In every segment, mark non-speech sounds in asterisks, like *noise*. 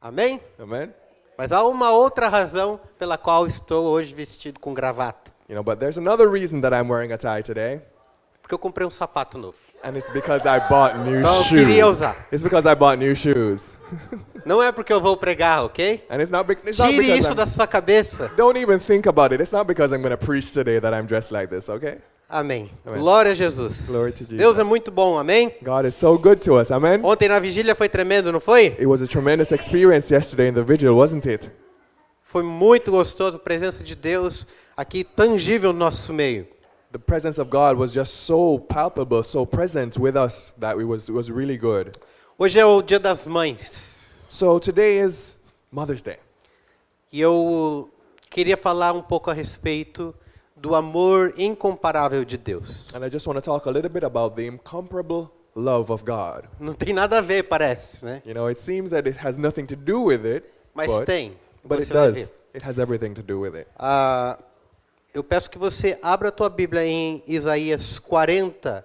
Amém? Amen? Mas há uma outra razão pela qual estou hoje vestido com gravata. You know, but there's another reason that I'm wearing a tie today, Porque eu comprei um sapato novo. and it's because I bought new Então eu queria shoes. usar. It's because I bought new shoes. Não é porque eu vou pregar, ok? And it's not, bec- it's not Tire because isso I'm- da sua cabeça. Don't even think about it. It's not because I'm going to preach today that I'm dressed like this, okay? Amém. Amém. Glória a Jesus. Glory to Jesus. Deus é muito bom, amém? God is so good to us, amen? Ontem na vigília foi tremendo, não foi? It was a tremendous experience yesterday in the vigil, wasn't it? Foi muito gostoso, a presença de Deus aqui tangível no nosso meio. The presence of God was just so palpable, so present with us that it was, it was really good. Hoje é o Dia das Mães So today is Mother's Day. e eu queria falar um pouco a respeito do amor incomparável de Deus. And I just want to talk a little bit about the incomparable love of God. Não tem nada a ver, parece, né? You know, it seems that it has nothing to do with it, Mas but, tem. but it Você vai does. ver. It has everything to do with it. Ah, eu peço que você abra a tua Bíblia em Isaías 40,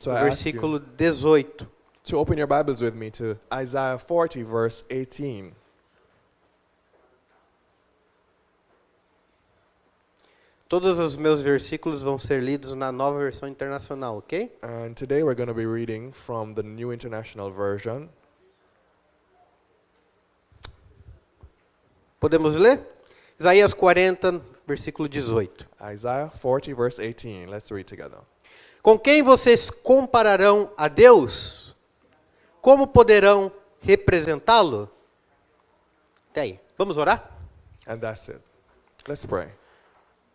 So I ask you versículo 18. to open your Bibles with me to Isaiah 40, verse 18. Todos os meus versículos vão ser lidos na nova versão internacional, ok? And today we're going to be reading from the New International Version. Podemos ler? Isaías 40, versículo 18. Isaiah 40, verse 18. Let's read together. Com quem vocês compararão a Deus? Como poderão representá-lo? Até aí. Vamos orar? And that's it. Let's pray.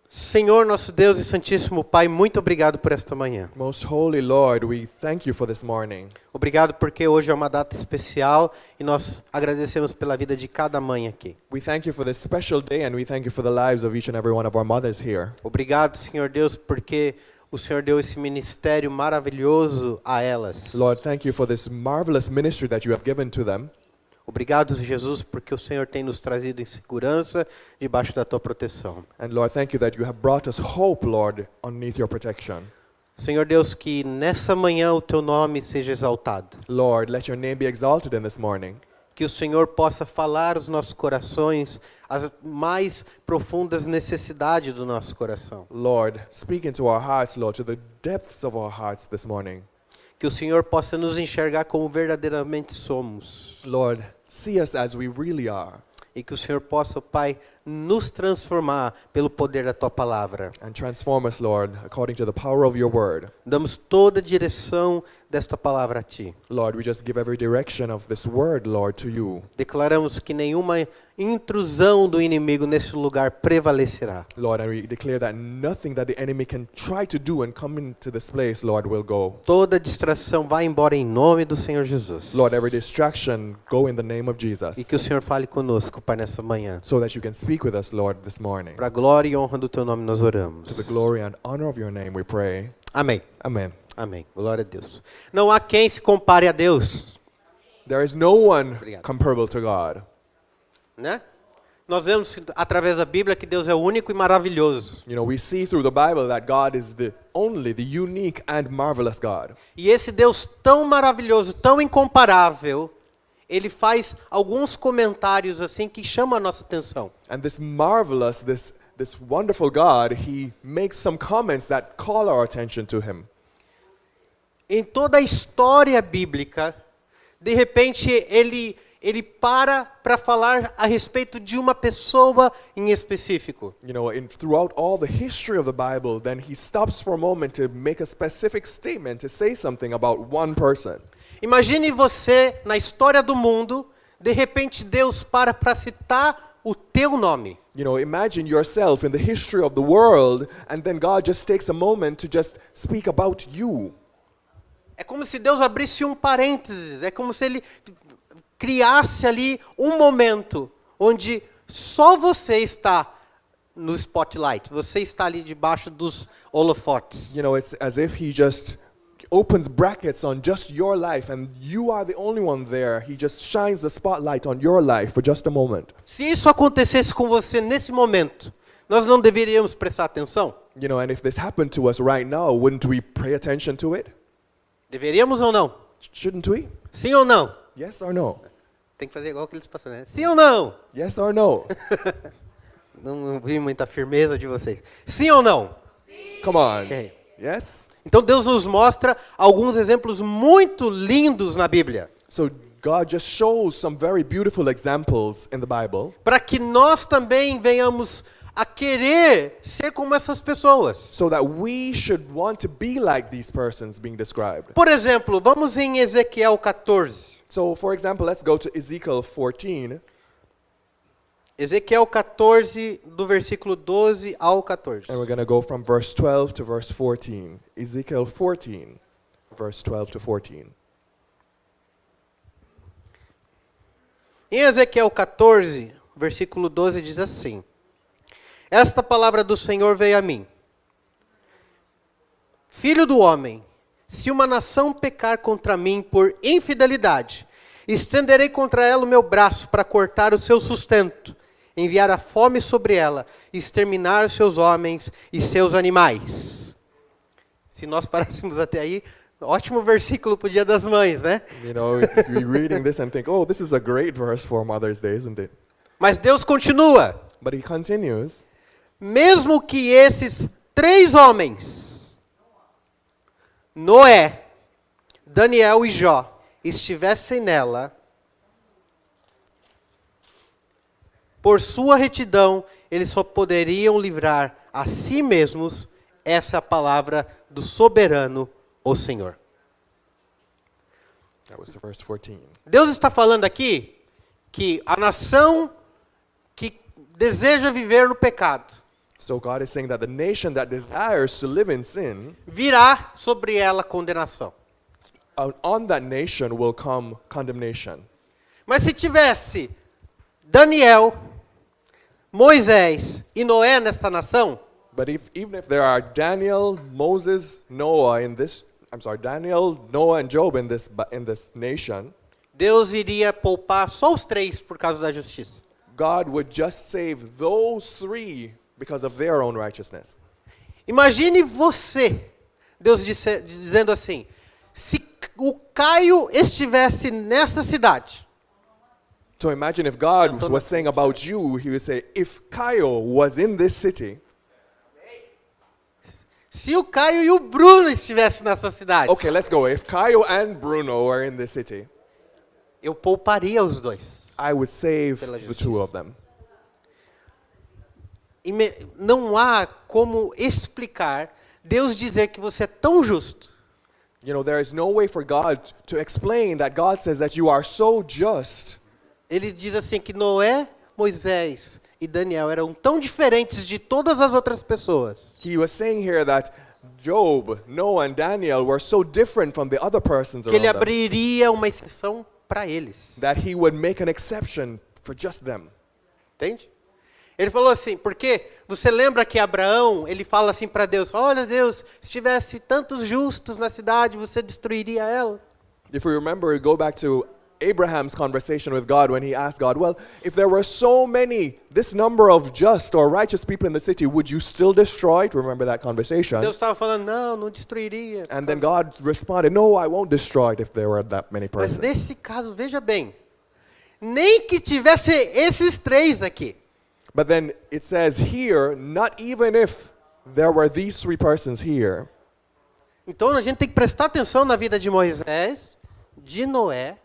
Senhor, nosso Deus e Santíssimo Pai, muito obrigado por esta manhã. Most holy Lord, we thank you for this morning. Obrigado porque hoje é uma data especial e nós agradecemos pela vida de cada mãe aqui. We thank you for this special day and we thank you for the lives of each and every one of our mothers here. Obrigado, Senhor Deus, porque o Senhor deu esse ministério maravilhoso a elas. Lord, thank you for this marvelous ministry that you have given to them. Obrigado, Jesus, porque o Senhor tem nos trazido em segurança debaixo da tua proteção. And Lord, thank you that you have brought us hope, Lord, underneath your protection. Senhor Deus, que nessa manhã o teu nome seja exaltado. Lord, let your name be exalted in this morning. Que o Senhor possa falar os nossos corações, as mais profundas necessidades do nosso coração. Lord, speak into our hearts, Lord, to the depths of our hearts this morning. Que o Senhor possa nos enxergar como verdadeiramente somos. Lord, see us as we really are E que o Senhor possa, Pai, nos transformar pelo poder da tua palavra. and transform us, Lord, according to the power of your word. Damos toda a direção desta palavra a ti. Lord, we just give every direction of this word, Lord, to you. Declaramos que nenhuma intrusão do inimigo neste lugar prevalecerá. Lord, and we declare that nothing that the enemy can try to do and come into this place, Lord, will go. Toda distração vai embora em nome do Senhor Jesus. Lord, every distraction, go in the name of Jesus. E que o Senhor fale conosco, Pai, nessa manhã. So that you can speak with us, Lord, this morning. Para a glória e honra do teu nome nós oramos. To the glory and honor of your name, we pray. Amém. Amen. Amém. Glória a Deus. Não há quem se compare a Deus, There is no one Obrigado. comparable to God. né? Nós vemos através da Bíblia que Deus é único e maravilhoso. You know, we see through the Bible that God is the only, the unique and marvelous God. E esse Deus tão maravilhoso, tão incomparável, ele faz alguns comentários assim que chamam a nossa atenção. And this marvelous, this this wonderful God, he makes some comments that call our attention to him. Em toda a história bíblica, de repente ele ele para para falar a respeito de uma pessoa em específico. You know, in throughout all the history of the Bible, then he stops for a moment to make a specific statement to say something about one person. Imagine você na história do mundo, de repente Deus para para citar o teu nome. You know, imagine yourself in the history of the world, and then God just takes a moment to just speak about you. É como se Deus abrisse um parênteses, é como se ele criasse ali um momento onde só você está no spotlight, você está ali debaixo dos holofotes. You know, it's as if he just opens brackets on just your life, and you are the only one there. He just shines the spotlight on your life for just a moment. Se isso acontecesse com você nesse momento, nós não deveríamos prestar atenção? You know, and if this happened to us right now, wouldn't we pay attention to it? Deveríamos ou não? Shouldn't we? Sim ou não? Yes or no? Tem que fazer igual aqueles pastores, né? Sim ou não? Yes or no? Não, não vi muita firmeza de vocês. Sim ou não? Come on. Ok. Yes? Então Deus nos mostra alguns exemplos muito lindos na Bíblia, So God just shows some very beautiful examples in the Bible para que nós também venhamos a querer ser como essas pessoas. so that we should want to be like these persons being described. Por exemplo, vamos em Ezequiel 14. So for example, let's go to Ezekiel 14, Ezequiel 14, do versículo 12 ao 14. and we're going to go from verse 12 to verse 14. Ezekiel 14, verse 12 to 14. Em Ezequiel 14, versículo 12 diz assim: Esta palavra do Senhor veio a mim. Filho do homem, se uma nação pecar contra mim por infidelidade, estenderei contra ela o meu braço para cortar o seu sustento, enviar a fome sobre ela, exterminar os seus homens e seus animais. Se nós parássemos até aí, ótimo versículo para o Dia das Mães, né? You know, you're reading this and think, oh, this is a great verse for Mother's Day, isn't it? Mas Deus continua. But he continues, mesmo que esses três homens, Noé, Daniel e Jó, estivessem nela, por sua retidão, eles só poderiam livrar a si mesmos essa é a palavra do soberano, o Senhor. that was the verse 14. Deus está falando aqui que a nação que deseja viver no pecado So God is saying that the nation that desires to live in sin, virá sobre ela condenação. on- uh, on that nation will come condemnation. Mas se tivesse Daniel, Moisés e Noé nessa nação, But if even if there are Daniel, Moses, Noah in this, I'm sorry, Daniel, Noah, and Job in this bu- in this nation, Deus iria poupar só os três por causa da justiça. God would just save those three because of their own righteousness. Imagine você, Deus disse- dizendo assim: se C- o Caio estivesse nessa cidade, So imagine if God Don't- was saying about you, He would say, if Caio was in this city, se o Caio e o Bruno estivessem nessa cidade, okay, let's go. If Caio and Bruno were in this city, eu pouparia os dois. I would save Pela the two justiça. of them. E me- não há como explicar Deus dizer que você é tão justo You know, there is no way for God to explain that God says that you are so just. Ele diz assim que Noé, Moisés e Daniel eram tão diferentes de todas as outras pessoas He was saying here that Job, Noah, and Daniel were so different from the other persons que around ele them abriria uma exceção para eles. that he would make an exception for just them. Entende? Ele falou assim, porque você lembra que Abraão, ele fala assim para Deus: "Olha Deus, se tivesse tantos justos na cidade, você destruiria ela?" If we remember, go back to Abraham's conversation with God when he asked God, Well, if there were so many, this number of just or righteous people in the city, would you still destroy it? Remember that conversation? Deus estava falando: "Não, não destruiria". And then God responded, No, I won't destroy it if there were that many Mas persons. nesse caso, veja bem, nem que tivesse esses três aqui, But then it says here, not even if there were these three persons here. Então a gente tem que prestar atenção na vida de Moisés, de Noé.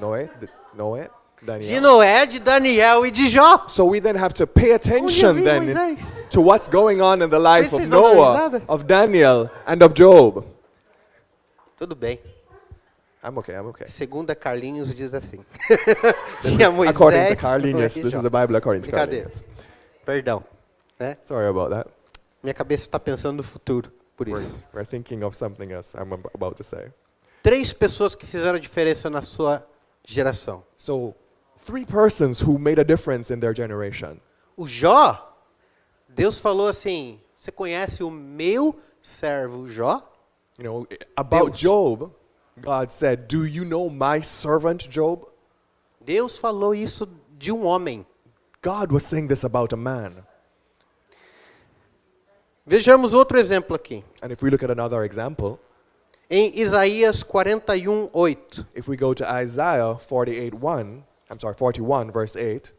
Noé, D- Noé, Daniel. De Noé, de Daniel e de Jó. So we then have to pay attention vi then Moisés? to what's going on in the life of Precisam Noah, analisar? of Daniel, and of Job. Tudo bem. I'm okay, I'm *laughs* okay. Segunda Carlinhos diz assim. This Tinha is Moisés. according to Noé e Carlinhos, é this Jó. is the Bible according to Brincadeira. Carlinhos. Perdão. né? Sorry about that. Minha cabeça está pensando no futuro, por We're, isso. we're thinking of something else I'm ab- about to say. Três pessoas que fizeram a diferença na sua geração. So, three persons who made a difference in their generation. O Jó, Deus falou assim: Você conhece o meu servo Jó? You know, about Deus. Job, God said, Do you know my servant Job? Deus falou isso de um homem. God was saying this about a man. Vejamos outro exemplo aqui. And if we look at another example, Em Isaías 41, 8. If we go to Isaiah 48 1, I'm sorry, 41, verse 8,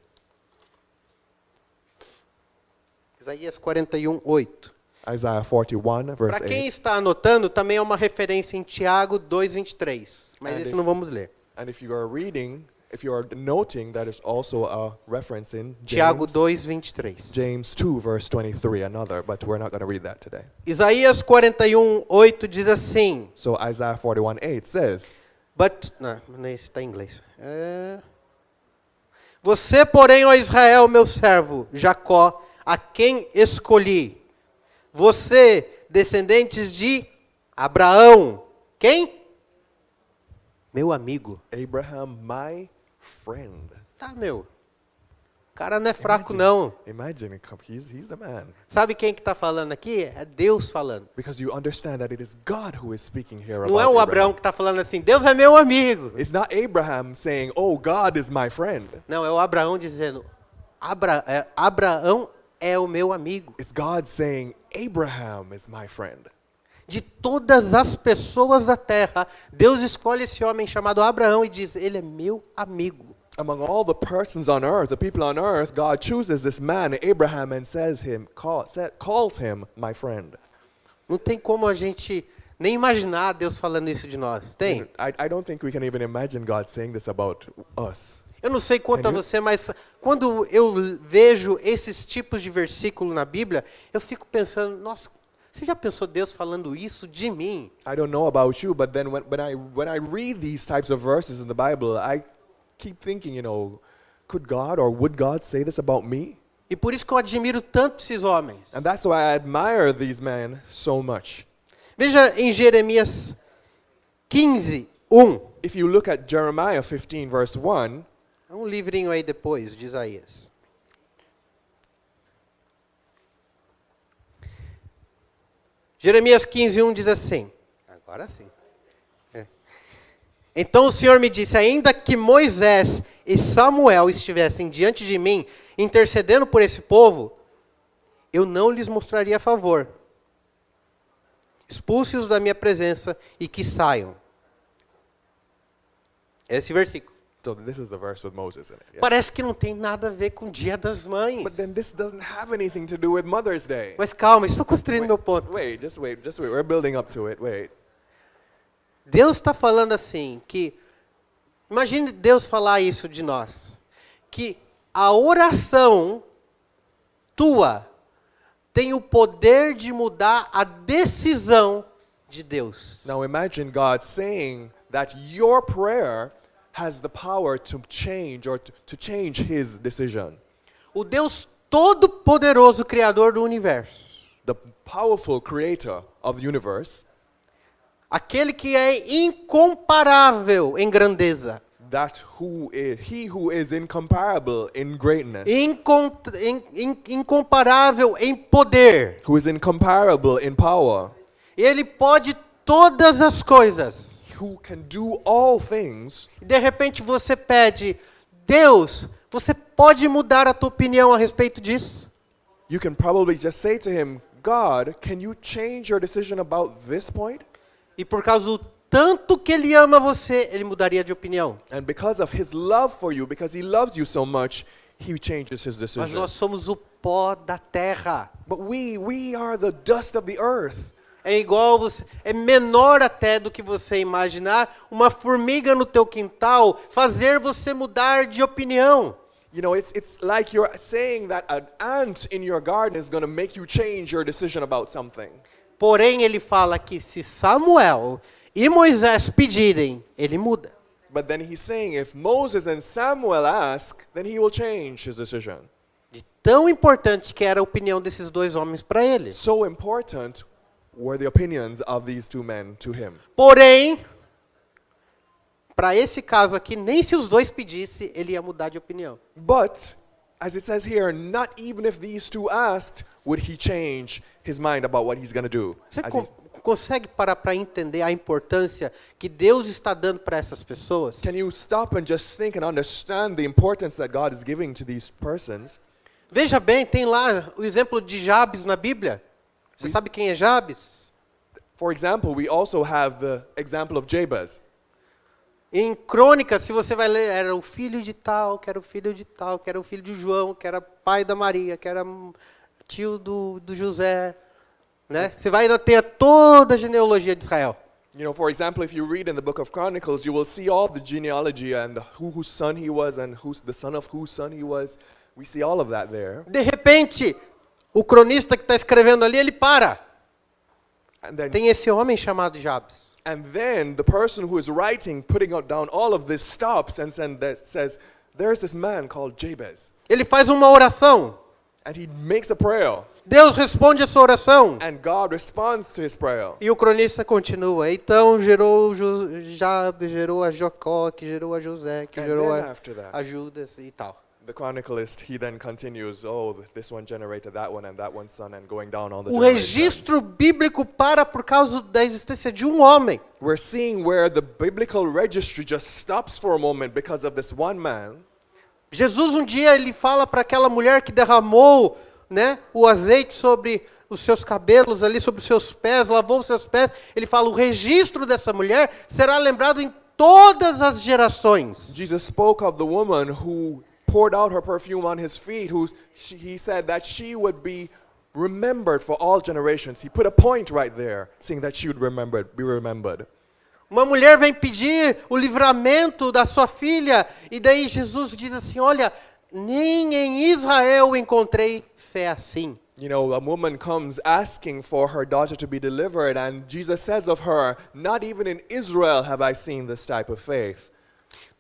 Isaías 41, 8. Isaiah 41, verse Para quem 8. está anotando, também é uma referência em Tiago 2, 23. Mas Ah, isso deixa. não vamos ler. And if you are reading, if you are noting, that is also a reference in Tiago James, 2, 23. James 2, verse 23, another, but we're not going to read that today. Isaías 41, 8 diz assim. So Isaiah 41 8 says, But, não, não, esse está em inglês. É. Você, porém, ó Israel, meu servo, Jacó, a quem escolhi. Você, descendentes de Abraão. Quem? Meu amigo. Abraham, my friend. Tá, meu. O cara não é fraco, não. Imagine, come- he's, he's the man. Sabe quem que está falando aqui? É Deus falando. Because you understand that it is God who is speaking here Não é about o Abraham. Abraão que está falando assim, Deus é meu amigo. It's not Abraham saying, "Oh, God is my friend." Não, é o Abraão dizendo, "Abra- é, Abraão é o meu amigo. It's God saying, "Abraham is my friend." De todas as pessoas da terra, Deus escolhe esse homem chamado Abraão e diz, ele é meu amigo. Among all the persons on earth, the people on earth, God chooses this man Abraham and says him call, sa- calls him my friend. Não tem como a gente nem imaginar Deus falando isso de nós, tem? I, I don't think we can even imagine God saying this about us. Eu não sei quanto a Entendeu? você, mas quando eu l- vejo esses tipos de versículo na Bíblia, eu fico pensando, nossa, você já pensou Deus falando isso de mim? I don't know about you, but then when, when I when I read these types of verses in the Bible, I keep thinking, you know, could God or would God say this about me? E por isso que eu admiro tanto esses homens. And that's why I admire these men so much. Veja em Jeremias 15, 1. If you look at Jeremiah 15, verse 1, É um livrinho aí depois de Isaías. Jeremias 15, 1 diz assim. Agora sim. É. Então o Senhor me disse: ainda que Moisés e Samuel estivessem diante de mim, intercedendo por esse povo, eu não lhes mostraria favor. Expulse-os da minha presença e que saiam. Esse versículo. so this is the verse with Moses in it. yeah? Parece que não tem nada a ver com o Dia das Mães. But then this doesn't have anything to do with Mother's Day. Mas calma, estou construindo meu ponto. Wait, just wait, just wait. We're building up to it. Wait. Deus está falando assim que imagine Deus falar isso de nós, que a oração tua tem o poder de mudar a decisão de Deus. Now imagine God saying that your prayer has the power to change or to, to change his decision. O Deus todo-poderoso, criador do universo, The powerful creator of the universe, aquele que é incomparável em grandeza, that who is he who is incomparable in greatness, incon- in- in- incomparável em poder. who is incomparable in power, Ele pode todas as coisas. who can do all things De repente você pede, Deus, você pode mudar a tua opinião a respeito disso? You can probably just say to him, God, can you change your decision about this point? E por causa do tanto que ele ama você, ele mudaria de opinião. And because of his love for you, because he loves you so much, he changes his Mas decision. nós somos o pó da terra. But we, we are the dust of the earth. É igual você, é menor até do que você imaginar uma formiga no teu quintal fazer você mudar de opinião. You know, it's, it's like you're saying that an ant in your garden is going to make you change your decision about something. Porém, ele fala que se Samuel e Moisés pedirem, ele muda. But then he's saying if Moses and Samuel ask, then he will change his decision. de tão importante que era a opinião desses dois homens para ele. So important were the opinions of these two men to him. Porém, para esse caso aqui, nem se os dois pedissem, ele ia mudar de opinião. But, as it says here, not even if these two asked would he change his mind about what he's going to do. Você As con- he's- consegue parar para entender a importância que Deus está dando para essas pessoas? Can you stop and just think and understand the importance that God is giving to these persons? Veja bem, tem lá o exemplo de Jabes na Bíblia. Você sabe quem é Jabes? For example, we also have the example of Jabez. Em Crônicas, se você vai ler, era o filho de tal, que era o filho de tal, que era o filho de João, que era pai da Maria, que era hum, tio do, do José. Né? Você vai ainda ter toda a genealogia de Israel. You know, for example, if you read in the book of Chronicles, you will see all the genealogy and who whose son he was and who's the son of whose son he was. We see all of that there. De repente, o cronista que está escrevendo ali, ele para. And then Tem esse homem chamado Jabes. And then the person who is writing, putting out down all of this, stops and sen- that says, There's this man called Jabez. Ele faz uma oração. And he makes a prayer. Deus responde a sua oração. And God responds to his prayer. E o cronista continua. Então gerou Ju- Jabes, gerou a Jacó, que gerou a José, que And gerou then a, after that- a Judas e tal. The chroniclist, he then continues, Oh, th- this one generated that one and that one's son, and going down all the O um generations. registro bíblico para por causa da existência de um homem. We're seeing where the biblical registry just stops for a moment because of this one man. Jesus um dia ele fala para aquela mulher que derramou, né, o azeite sobre os seus cabelos ali, sobre os seus pés, lavou os seus pés. Ele fala: "O registro dessa mulher será lembrado em todas as gerações". Jesus spoke of the woman who poured out her perfume on his feet, who she, he said that she would be remembered for all generations. He put a point right there, saying that she would remembered, be remembered. Uma mulher vem pedir o livramento da sua filha, e daí Jesus diz assim: "Olha, nem em Israel encontrei fé assim". You know, a woman comes asking for her daughter to be delivered, and Jesus says of her, Not even in Israel have I seen this type of faith.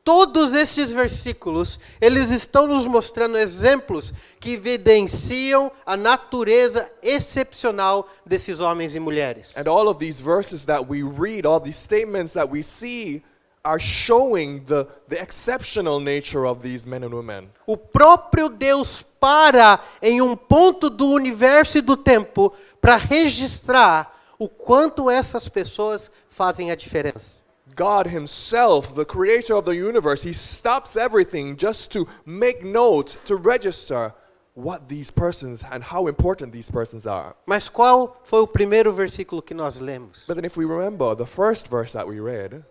Todos estes versículos, eles estão nos mostrando exemplos que evidenciam a natureza excepcional desses homens e mulheres. And all of these verses that we read, all these statements that we see, are showing the, the exceptional nature of these men and women. O próprio Deus para em um ponto do universo e do tempo para registrar o quanto essas pessoas fazem a diferença. God Himself, the creator of the universe, He stops everything just to make note, to register what these persons and how important these persons are. Mas qual foi o primeiro versículo que nós lemos? But then, if we remember the first verse that we read,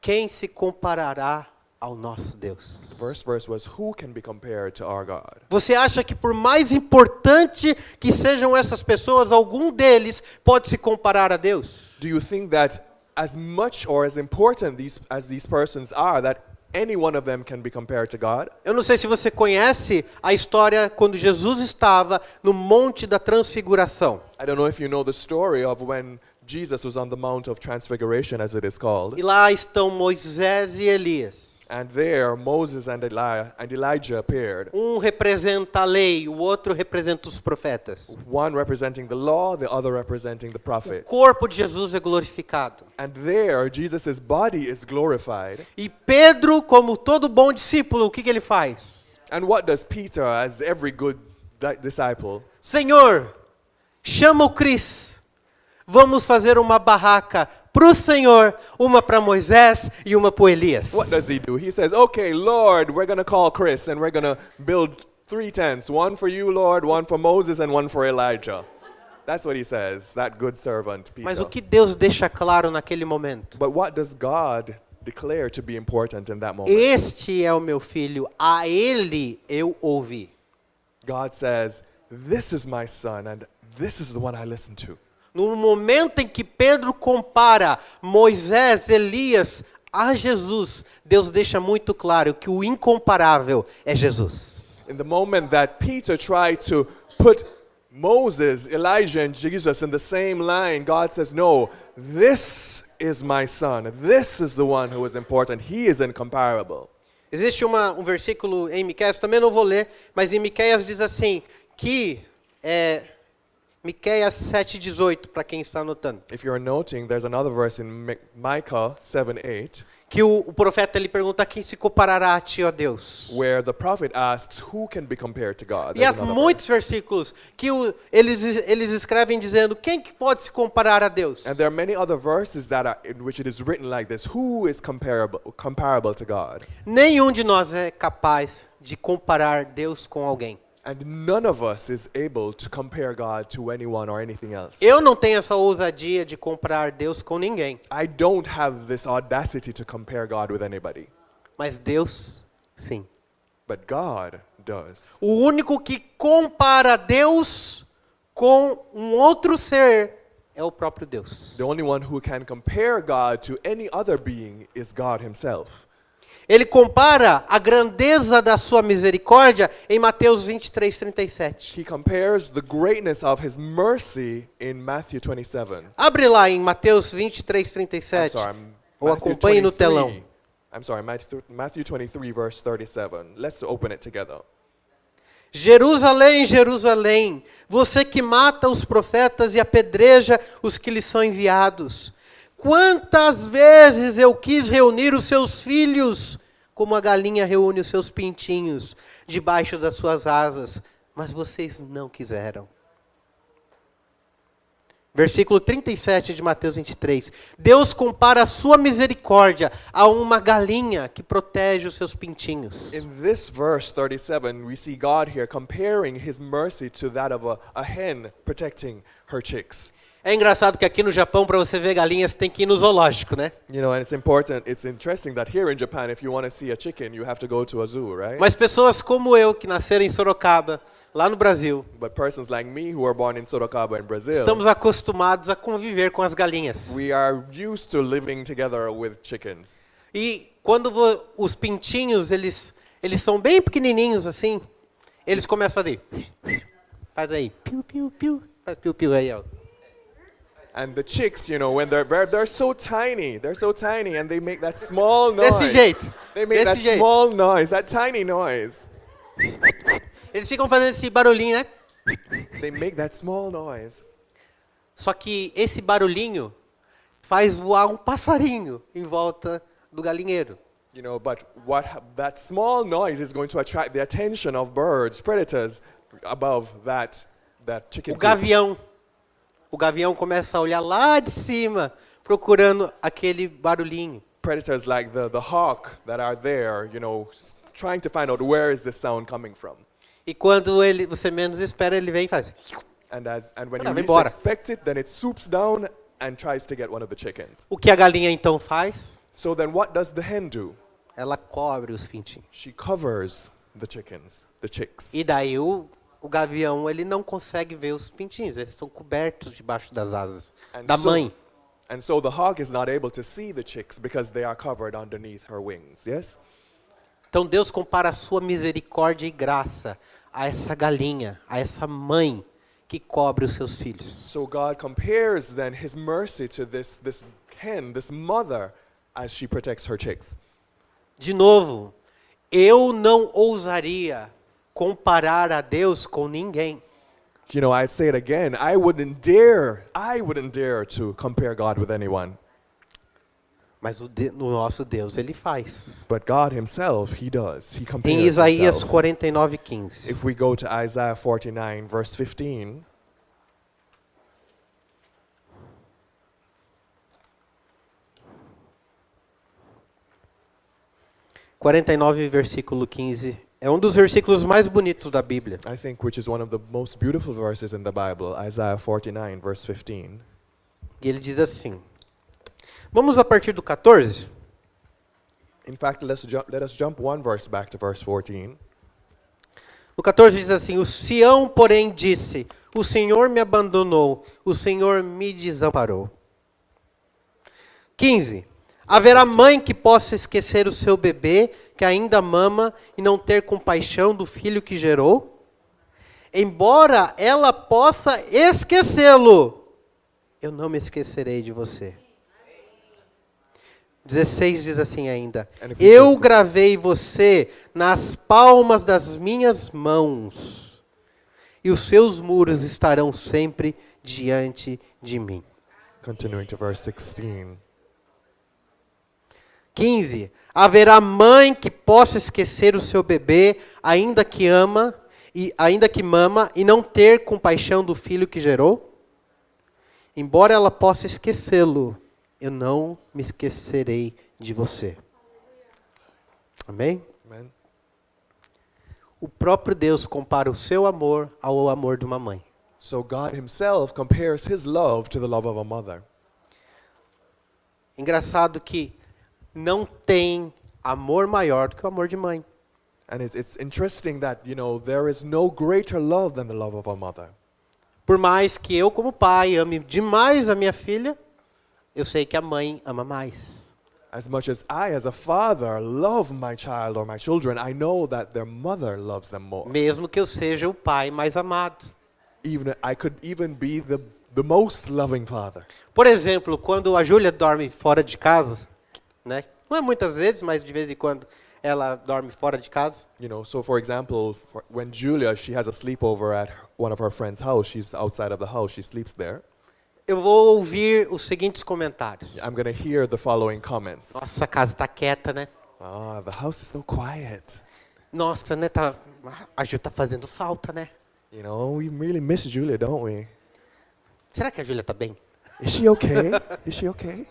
Quem se comparará ao nosso Deus? the first verse was, Who can be compared to our God? Você acha que por mais importante que sejam essas pessoas, algum deles pode se comparar a Deus? Do you think that as much or as important these, as these persons are, that any one of them can be compared to God? Eu não sei se você conhece a história quando Jesus estava no Monte da Transfiguração. I don't know if you know the story of when Jesus was on the Mount of Transfiguration, as it is called. E lá estão Moisés e Elias. And there, Moses and, Eli- and Elijah appeared. Um representa a lei, o outro representa os profetas. one representing the law, the other representing the O prophet. corpo de Jesus é glorificado. And there, Jesus' body is glorified. E Pedro, como todo bom discípulo, o que, que ele faz? And what does Peter, as every good di- disciple, Senhor, chama o Cris. Vamos fazer uma barraca para o Senhor, uma para Moisés e uma para Elias. what does he do? He says, Okay, Lord, we're going to call Chris and we're going to build three tents one for you, Lord, one for Moses, and one for Elijah. That's what he says, that good servant, Mas o Peter. que Deus deixa claro naquele momento? But what does God declare to be important in that moment? Este é o meu filho, a ele eu ouvi. God says, This is my son, and this is the one I listen to. No momento em que Pedro compara Moisés, Elias a Jesus, Deus deixa muito claro que o incomparável é Jesus. In the moment that Peter tried to put Moses, Elijah, and Jesus in the same line, God says, No, this is my son. This is the one who is important. He is incomparable. Existe uma- um versículo em Miqueias, também não vou ler, mas em Miqueias diz assim, que é Miqueias 7,18, para quem está anotando, If you're noting, there's another verse in Mi- Micah 7 8 que o, o profeta ele pergunta quem se comparará a ti, ó Deus. where the prophet asks, Who can be compared to God? E há There's another verse. muitos versículos que o- eles, eles escrevem dizendo quem que pode se comparar a Deus. And there are many other verses that are, in which it is written like this Who is comparable, comparable to God? Nenhum de nós é capaz de comparar Deus com alguém. And none of us is able to compare God to anyone or anything else. Eu não tenho essa ousadia de comparar Deus com ninguém, I don't have this audacity to compare God with anybody, mas Deus sim. but God does. O único que compara Deus com um outro ser é o próprio Deus. The only one who can compare God to any other being is God Himself. Ele compara a grandeza da sua misericórdia em Mateus 23, 37. He compares the greatness of His mercy in Matthew 27. Abre lá em Mateus 23, I'm 37. sorry, I'm- Ou acompanhe no telão. I'm sorry, Matthew, Matthew 23, verse 37. Let's open it together. Jerusalém, Jerusalém, você que mata os profetas e apedreja os que lhes são enviados. Quantas vezes eu quis reunir os seus filhos, como a galinha reúne os seus pintinhos debaixo das suas asas, mas vocês não quiseram. Versículo 37 de Mateus 23. Deus compara a sua misericórdia a uma galinha que protege os seus pintinhos. In this verse 37, we see God here comparing his mercy to that of a, a hen protecting her chicks. É engraçado que aqui no Japão, para você ver galinhas, tem que ir no zoológico, né? You know, and it's important, it's interesting that here in Japan, if you want to see a chicken, you have to go to a zoo, right? Mas pessoas como eu, que nasceram em Sorocaba, lá no Brasil, But persons like me who are born in Sorocaba in Brazil, estamos acostumados a conviver com as galinhas. we are used to living together with chickens. E quando vo- os pintinhos, eles, eles são bem pequenininhos assim, eles começam a fazer... Faz aí, piu, piu, piu, faz piu, piu aí, ó. And the chicks, you know, when they're they're, they're so tiny, they're so tiny, and they make that small noise. Desse jeito, They make that desse jeito. small noise, that tiny noise. Eles ficam fazendo esse barulhinho, né? They make that small noise. Só que esse barulhinho faz voar um passarinho em volta do galinheiro. You know, but what ha- that small noise is going to attract the attention of birds, predators, above that that O chicken. coop. gavião. O gavião começa a olhar lá de cima, procurando aquele barulhinho. Predators like the the hawk that are there, you know, s- trying to find out where is this sound coming from. E quando ele, você menos espera, ele vem e faz. And as and when Ah, vem you least embora. expect it, then it swoops down and tries to get one of the chickens. O que a galinha então faz? So then, what does the hen do? Ela cobre os pintinhos. She covers the chickens, the chicks. E daí o, o gavião ele não consegue ver os pintinhos. Eles estão cobertos debaixo das asas da so- mãe. and so the hawk is not able to see the chicks because they are covered underneath her wings. Yes? Então Deus compara a sua misericórdia e graça a essa galinha, a essa mãe que cobre os seus filhos. So God compares then his mercy to this, this hen, this mother, as she protects her chicks. De novo, eu não ousaria comparar a Deus com ninguém. You know, I'd say it again. I wouldn't dare, I wouldn't dare to compare God with anyone. Mas o, de, o nosso Deus, ele faz. But God himself, he does. He compares Em Isaías himself. 49, 15. If we go to Isaiah 49, verse 15, versículo 15. É um dos versículos mais bonitos da Bíblia. I think, which is one of the most beautiful verses in the Bible, Isaiah 49, verse 15. E ele diz assim. Vamos a partir do 14? In fact, let's ju- let us jump one verse back to verse 14. O 14 diz assim: O Sião, porém, disse: O Senhor me abandonou, o Senhor me desamparou. 15. Haverá mãe que possa esquecer o seu bebê, que ainda mama, e não ter compaixão do filho que gerou? Embora ela possa esquecê-lo, eu não me esquecerei de você. 16 diz assim ainda: And if we Eu take- gravei você nas palmas das minhas mãos, e os seus muros estarão sempre diante de mim. Continuing to verse 16. 15. Haverá mãe que possa esquecer o seu bebê, ainda que ama e ainda que mama, e não ter compaixão do filho que gerou? Embora ela possa esquecê-lo, eu não me esquecerei de você. Amém? Amen. O O próprio Deus compara o seu amor ao amor de uma mãe. So God himself compares his love to the love of a mother. Engraçado que não tem amor maior do que o amor de mãe. And it's, it's interesting that, you know, there is no greater love than the love of a mother. Por mais que eu, como pai, ame demais a minha filha, eu sei que a mãe ama mais. As much as I, as a father, love my child or my children, I know that their mother loves them more. Mesmo que eu seja o pai mais amado. Even I could even be the, the most loving father. Por exemplo, quando a Júlia dorme fora de casa, né? não é muitas vezes, mas de vez em quando ela dorme fora de casa. You know, so for example, for when Julia she has a sleepover at one of her friend's house, she's outside of the house, she sleeps there. Eu vou ouvir os seguintes comentários. I'm gonna hear the following comments. Nossa, a casa tá quieta, né? Ah, the house is so quiet. Nossa, né? Tá, a Ju tá fazendo falta, né? You know, we really miss Julia, don't we? Será que a Júlia tá bem? Is she okay? is she okay?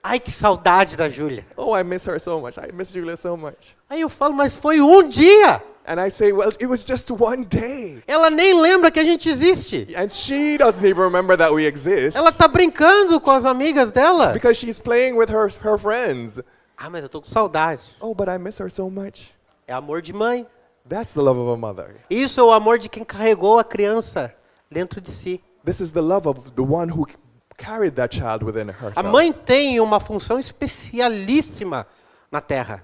Ai, que saudade da Júlia. Oh, I miss her so much. I miss Julia so much. Aí eu falo, mas foi um dia. And I say, well, it was just one day. Ela nem lembra que a gente existe. And she doesn't even remember that we exist Ela tá brincando com as amigas dela. because she's playing with her, her friends. Ah, mas eu tô com saudade. Oh, but I miss her so much. É amor de mãe. That's the love of a mother. Isso é o amor de quem carregou a criança dentro de si. This is the love of the one who carried that child within herself. A mãe tem uma função especialíssima na terra.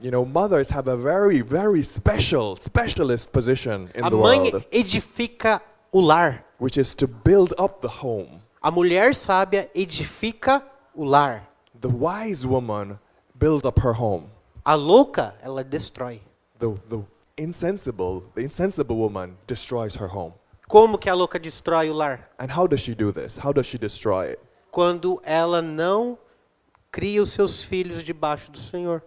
You know, mothers have a very, very special, specialist position in A the mãe world, edifica o lar. which is to build up the home. A mulher sábia edifica o lar. The wise woman builds up her home. A louca, ela destrói. The, the insensible, the insensible woman destroys her home. Como que a louca destrói o lar? And how does she do this? How does she destroy it? Quando ela não cria os seus filhos debaixo do Senhor.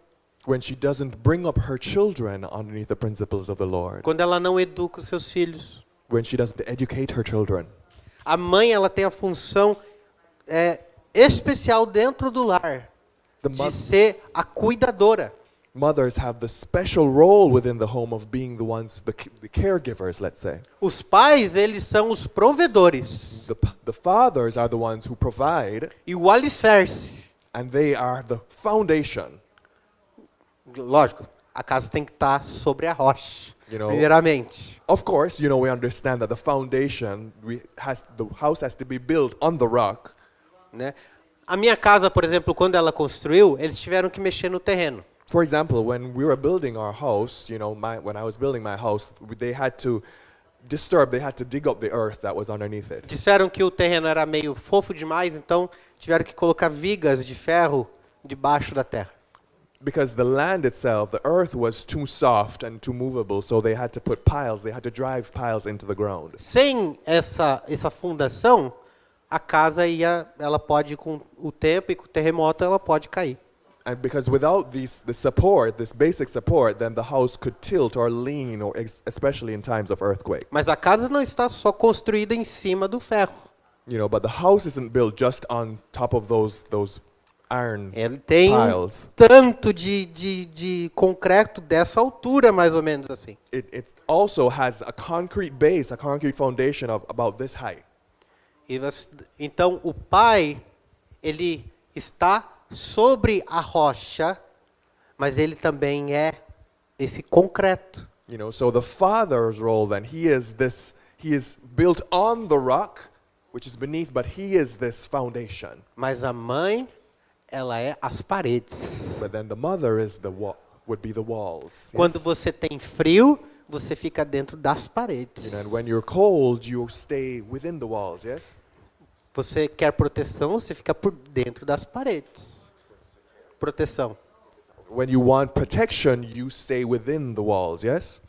When she doesn't bring up her children underneath the principles of the Lord. Quando ela não educa os seus filhos. When she doesn't educate her children. A mãe, ela tem a função é, especial dentro do lar. The de mo- ser a cuidadora. mothers have the special role within the home of being the ones, the, c- the caregivers, let's say. Os pais, eles são os provedores. The, p- the fathers are the ones who provide, E o alicerce, and they are the foundation. lógico, a casa tem que estar sobre a rocha, You know. primeiramente. Of course, you know, we understand that the foundation, we has, the house has to be built on the rock. Né? A minha casa, por exemplo, quando ela construiu, eles tiveram que mexer no terreno. For example, when we were building our house, you know, my, when I was building my house, w- they had to disturb, they had to dig up the earth that was underneath it. Disseram que o terreno era meio fofo demais, então tiveram que colocar vigas de ferro debaixo da terra. Because the land itself, the earth was too soft and too movable, so they had to put piles, they had to drive piles into the ground. Sem essa, essa fundação, a casa ia, ela pode com o tempo e com o terremoto ela pode cair. And because without these, the support, this basic support, then the house could tilt or lean, or ex- especially in times of earthquake. Mas a casa não está só construída em cima do ferro. You know, but the house isn't built just on top of those those iron Ele tem Ah, um piles. tanto de, de, de concreto dessa altura, mais ou menos assim. It, it also has a concrete base, a concrete foundation of about this height. E você- então o pai, ele está sobre a rocha, mas ele também é esse concreto. You know, so the father's role then he is this he is built on the rock, which is beneath, but he is this foundation. Mas a mãe, ela é as paredes. But then the mother is the wall would be the walls. Quando yes. você tem frio, você fica dentro das You paredes. know, and when you're cold, you stay within the walls, yes? Você quer proteção, você fica por dentro das paredes. Proteção. When you want protection, you stay within the walls, yes?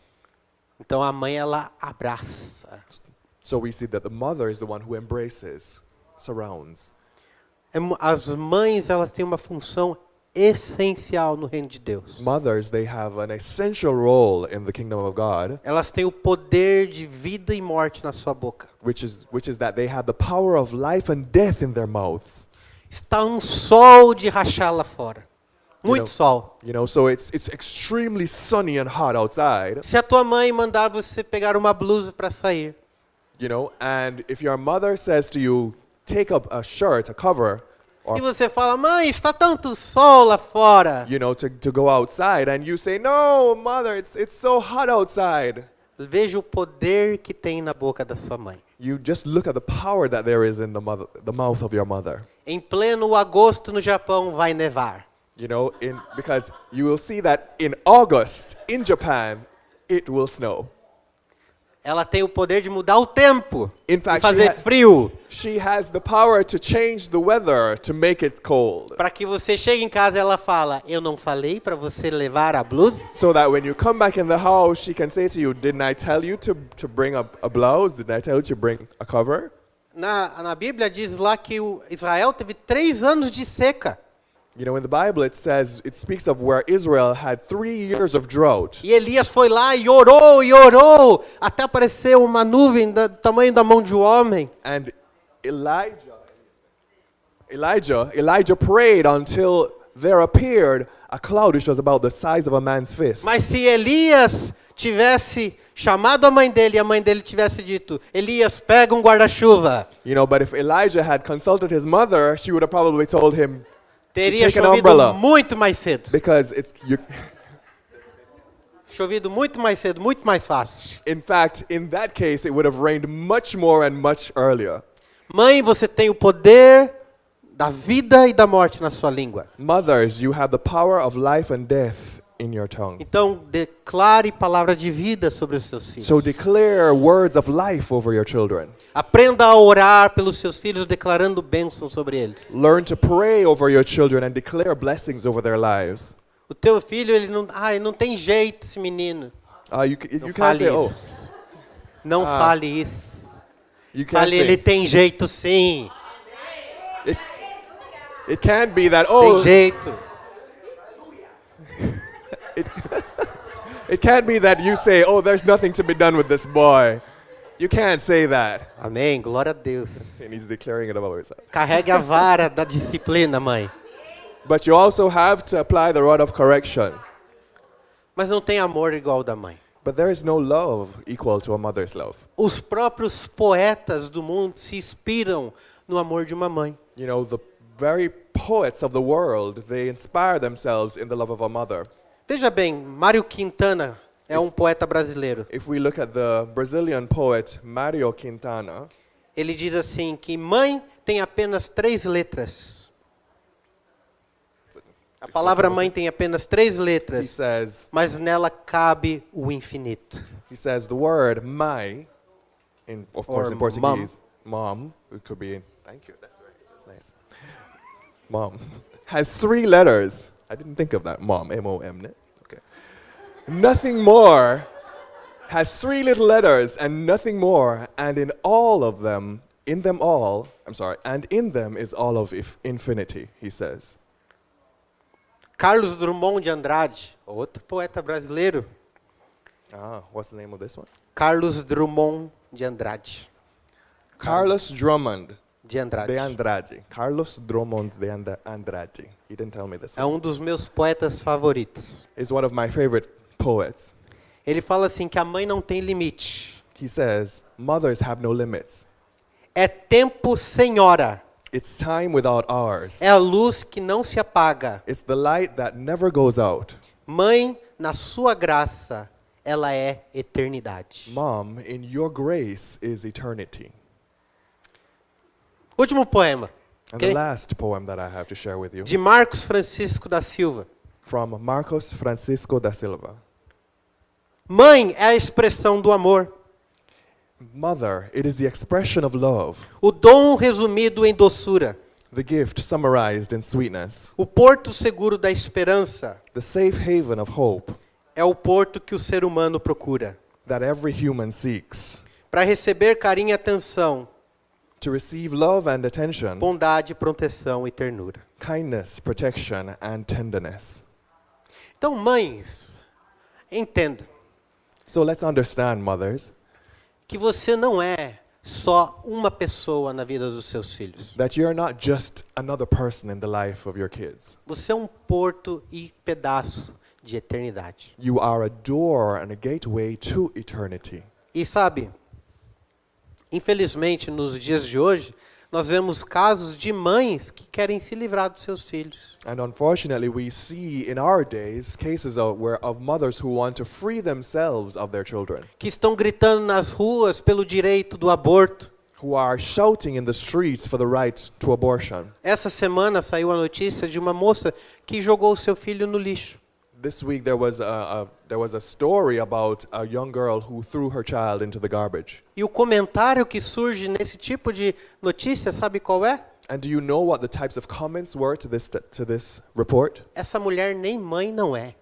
Então a mãe ela abraça. So we see that the mother is the one who embraces, surrounds. É mu- As mães elas têm uma função essencial no reino de Deus. Mothers, they have an essential role in the kingdom of God, Elas têm o poder de vida e morte na sua boca. which is which is that they have the power of life and death in their mouths. Está um sol de rachar lá fora. muito know. sol. You know, so it's it's extremely sunny and hot outside. Se a tua mãe mandar você pegar uma blusa para sair, You know, and if your mother says to you, take up a shirt, a cover, e or você fala, mãe, está tanto sol lá fora. you know, to, to go outside, and you say, no, mother, it's it's so hot outside. Veja o poder que tem na boca da sua mãe. You just look at the power that there is in the mother, the mouth of your mother. Em pleno agosto no Japão vai nevar. You know, in because you will see that in August in Japan, it will snow. Ela tem o poder de mudar o tempo, In de fact, fazer she ha- frio, She has the power to change the weather to make it cold. para que você chegue em casa e ela fala: "Eu não falei para você levar a blusa?" So that when you come back in the house, she can say to you, Didn't I tell you to, to bring a, a blouse? Didn't I tell you to bring a cover? Na, na Bíblia diz lá que o Israel teve três anos de seca You know, in the Bible, it says, it speaks of where Israel had three years of drought. e Elias foi lá e orou e orou até apareceu uma nuvem da- do tamanho da mão de um homem. And Elijah, Elijah, Elijah prayed until there appeared a cloud which was about the size of a man's fist. Mas se Elias tivesse chamado a mãe dele e a mãe dele tivesse dito: Elias, pega um guarda-chuva, You know, but if Elijah had consulted his mother, she would have probably told him, teria Take an chovido umbrella. muito mais cedo. because it's you. Chovido muito mais cedo, muito mais fácil. In fact, in that case, it would have rained much more and much earlier. Mãe, você tem o poder da vida e da morte na sua língua. Mothers, you have the power of life and death in your tongue. Então, declare palavra de vida sobre os seus filhos. So declare words of life over your children. Aprenda a orar pelos seus filhos, declarando bênção sobre eles. Learn to pray over your children and declare blessings over their lives. O teu filho, ele não, ai, não tem jeito esse menino. Uh, you, c- Não you fale can't say, oh, isso. Não fale isso. you can't Fale, say. ele tem jeito sim. It, it can't be that, Tem oh, jeito. it can't be that you say, oh, there's nothing to be done with this boy. You can't say that. Amém, glória a Deus. And he's declaring it about himself. Carregue a vara da disciplina, mãe. But you also have to apply the rod of correction. Mas não tem amor igual da mãe. But there is no love equal to a mother's love. Os próprios poetas do mundo se inspiram no amor de uma mãe. You know, the very poets of the world, they inspire themselves in the love of a mother. Veja bem, Mário Quintana é um poeta brasileiro. If we look at the Brazilian poet Mario Quintana, Ele diz assim que mãe tem apenas três letras. A palavra mãe tem apenas três he letras, says, mas nela cabe o infinito. he says the word my, in, of course Or mum. in Portuguese, mom, it could be, thank you, that's, very, that's nice. Mom, has three letters. I didn't think of that, mom, M-O-M, ne? okay. Nothing more has three little letters and nothing more, and in all of them, in them all, I'm sorry, and in them is all of if infinity, he says. Carlos Drummond de Andrade, outro poeta brasileiro. Ah, what's the name of this one? Carlos Drummond de Andrade. Carlos Drummond. De Andrade. De Andrade. Carlos Drummond de Anda- Andrade. He didn't tell me this. É um dos meus poetas favoritos. He's one of my favorite poets. Ele fala assim que a mãe não tem limite. He says, Mothers have no limits. É tempo sem hora. It's time without ours. É a luz que não se apaga. It's the light that never goes out. Mãe, na sua graça, ela é eternidade. Mom, in your grace is eternity. Último poema, And ok? the last poem that I have to share with you de Marcos Francisco da Silva. from Marcos Francisco da Silva. Mãe é a expressão do amor, Mother, it is the expression of love, o dom resumido em doçura, the gift summarized in sweetness, o porto seguro da esperança. the safe haven of hope É o porto que o ser humano procura that every human seeks. para receber carinho e atenção, to receive love and attention, bondade, proteção e ternura. kindness, protection, and tenderness. Então, mães, entenda So let's understand, mothers, que você não é só uma pessoa na vida dos seus filhos. That you're not just another person in the life of your kids. Você é um porto e pedaço de eternidade. You are a door and a gateway to eternity. E sabe, infelizmente nos dias de hoje, nós vemos casos de mães que querem se livrar dos seus filhos. And unfortunately, we see in our days cases of, where, of mothers who want to free themselves of their children, que estão gritando nas ruas pelo direito do aborto. who are shouting in the streets for the right to abortion. Essa semana saiu a notícia de uma moça que jogou o seu filho no lixo. This week there was a, a there was a story about a young girl who threw her child into the garbage. E o comentário que surge nesse tipo de notícia, sabe qual é? And do you know what the types of comments were to this to this report? Essa mulher nem mãe não é.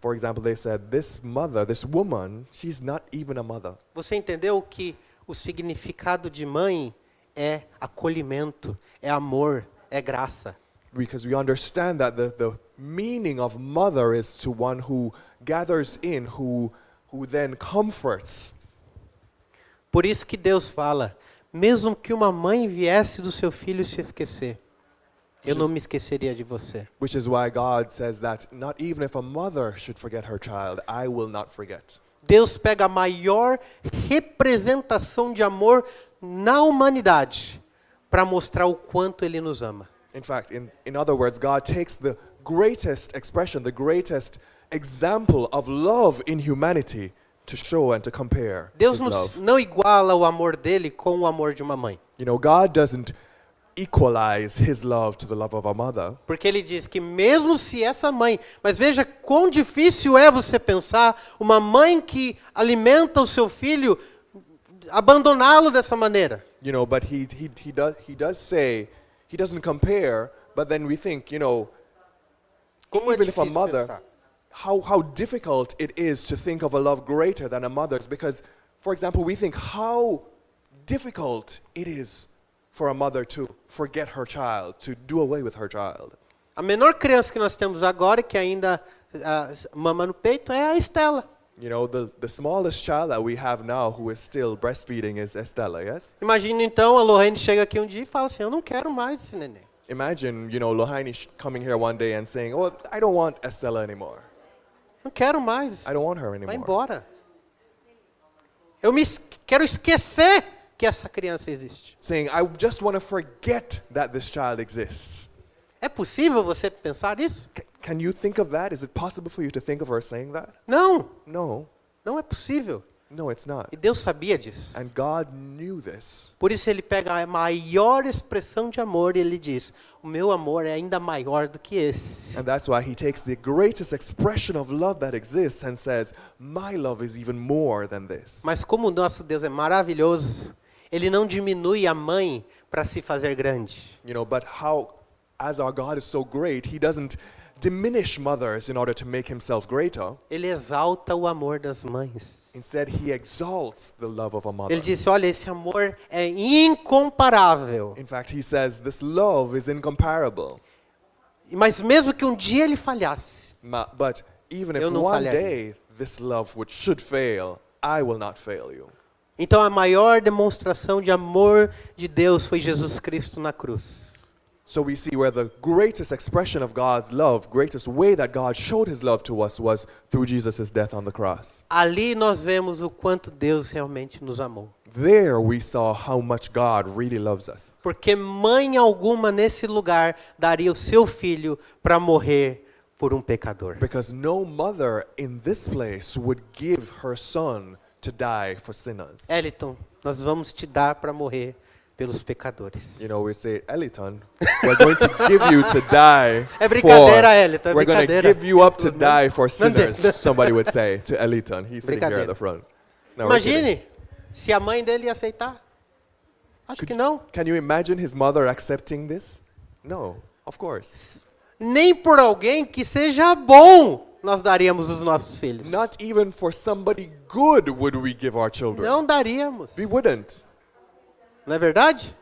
For example, they said this mother, this woman, she's not even a mother. Você entendeu que o significado de mãe é acolhimento, é amor, é graça. Because we understand that the, the meaning of mother is to one who gathers in, who, who then comforts. Por isso que Deus fala: mesmo que uma mãe viesse do seu filho se esquecer, eu não me esqueceria de você. Which is why God says that not even if a mother should forget her child, I will not forget. Deus pega a maior representação de amor na humanidade para mostrar o quanto ele nos ama. In fact, in, in other words, God takes the greatest expression, the greatest example of love in humanity to show and to compare. Deus his nos, love. não iguala o amor dele com o amor de uma mãe, You know, God doesn't equalize his love to the love of a mother. porque ele diz que mesmo se essa mãe, mas veja quão difícil é você pensar uma mãe que alimenta o seu filho abandoná-lo dessa maneira. You know, but he, he, he, does, he does say, he doesn't compare, but then we think, you know, Como é even if a difícil mother, pensar. how, how difficult it is to think of a love greater than a mother's because, for example, we think how difficult it is for a mother to forget her child, to do away with her child. A menor criança que nós temos agora, que ainda ah, mama no peito, é a Estela. You know, the, the smallest child that we have now who is still breastfeeding is Estella, yes? Imagina então, a Lorraine chega aqui um dia e fala assim, eu não quero mais esse neném. Imagine, you know, Lohaini sh- coming here one day and saying, oh, I don't want Estella anymore. Não quero mais. I don't want her Vai anymore. embora. Eu me es- quero esquecer que essa criança existe. Saying, I just want to forget that this child exists. É possível você pensar isso? C- can you think of that? Is it possible for you to think of her saying that? Não, No, não é possível. no, it's not. E Deus sabia disso. And God knew this. Por isso ele pega a maior expressão de amor e ele diz: "O meu amor é ainda maior do que esse". And that's why he takes the greatest expression of love that exists and says, My love is even more than this. Mas como o nosso Deus é maravilhoso, ele não diminui a mãe para se fazer grande. You know, but how, as our God is so great, he doesn't diminish mothers in order to make himself greater. Ele exalta o amor das mães. Instead, he exalts the love of a mother. Ele disse: "Olha, esse amor é incomparável". In fact, he says, This love is incomparable. Mas mesmo que um dia ele falhasse, Ma- but even if Eu não one falharei. day this love which should fail, I will not fail you. então a maior demonstração de amor de Deus foi Jesus Cristo na cruz. So we see where the greatest expression of God's love, greatest way that God showed his love to us was through Jesus' death on the cross. Ali nós vemos o quanto Deus realmente nos amou. There we saw how much God really loves us. Porque mãe alguma nesse lugar daria o seu filho para morrer por um pecador. Because no mother in this place would give her son to die for sinners. Eliton, nós vamos te dar para morrer pelos pecadores. You know, we say, Eliton, we're going to give you to *laughs* die. É for- brincadeira, Eliton, é We're going to brincadeira. give you up to Não- die for não entendo. sinners, somebody would say to Eliton. He's sitting here at Brincadeira. the front. No, we're kidding. Imagine se a mãe dele ia aceitar. Acho que não. Can you imagine his mother accepting this? No, of course. nem por alguém que seja bom nós daríamos os nossos filhos. Não, Not even for somebody good would we give our children. daríamos. We wouldn't. Não é verdade?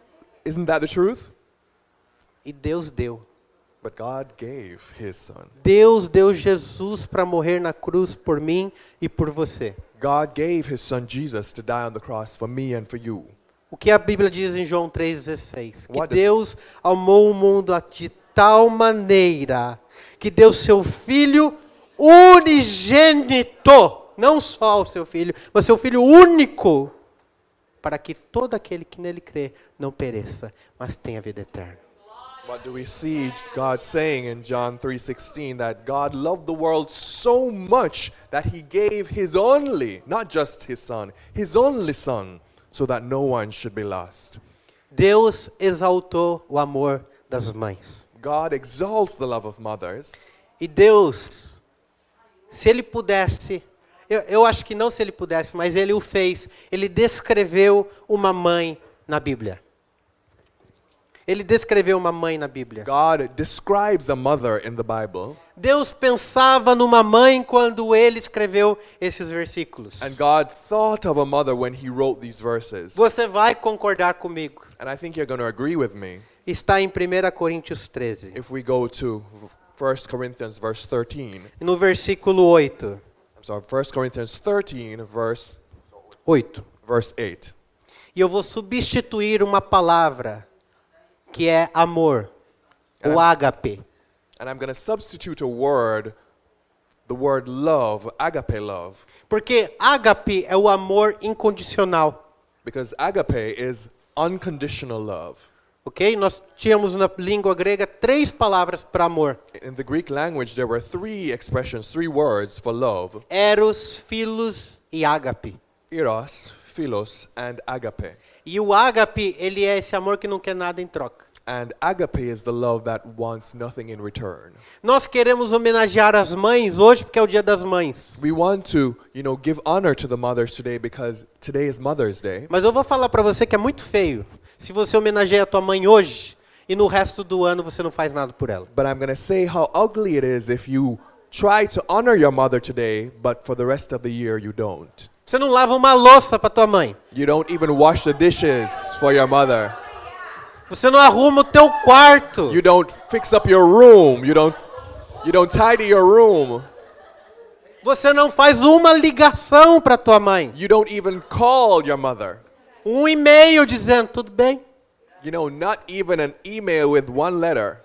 Isn't that the truth? E Deus deu. But God gave his son. Deus deu Jesus para morrer na cruz por mim e por você. God gave his son Jesus to die on the cross for me and for you. O que a Bíblia diz em João 3,16? Que What does- Deus amou o mundo a- de tal maneira que deu seu filho unigênito, não só o seu filho, mas seu filho único, para que todo aquele que nele crê não pereça, mas tenha vida eterna. What do we see God saying in John 3:16 that God loved the world so much that he gave his only, not just his son, his only son so that no one should be lost. Deus exaltou o amor das mães. God exalts the love of mothers. E Deus, se ele pudesse, eu, eu acho que não se ele pudesse, mas ele o fez. Ele descreveu uma mãe na Bíblia. Ele descreveu uma mãe na Bíblia. God describes a mother in the Bible, Deus pensava numa mãe quando ele escreveu esses versículos. and God thought of a mother when he wrote these verses. Você vai concordar comigo. And I think you're going to agree with me Está em 1 Coríntios 13, if we go to 1 Corinthians verse 13. no versículo 8. I'm sorry, 1 Corinthians 13 verse 8. verse 8. E eu vou substituir uma palavra que é amor, o ágape. And I'm going to substitute a word, the word love, agape love, Porque ágape é o amor incondicional, because agape is unconditional love. ok? Nós tínhamos na língua grega três palavras para amor: In the Greek language, there were three expressions, three words for love eros, filos e ágape. eros, philos, and agape. E o ágape, ele é esse amor que não quer nada em troca. And agape is the love that wants nothing in return. Nós queremos homenagear as mães hoje porque é o Dia das Mães. We want to, you know, give honor to the mothers today because today is Mother's Day. Mas eu vou falar para você que é muito feio se você homenageia a tua mãe hoje e no resto do ano você não faz nada por ela. But I'm going to say how ugly it is if you try to honor your mother today, but for the rest of the year you don't. Você não lava uma louça para tua mãe. You don't even wash the dishes for your mother. Você não arruma o teu quarto. You don't fix up your room. You don't you don't tidy your room. Você não faz uma ligação para tua mãe. You don't even call your mother. Um e-mail dizendo tudo bem. You know, not even an email with one letter.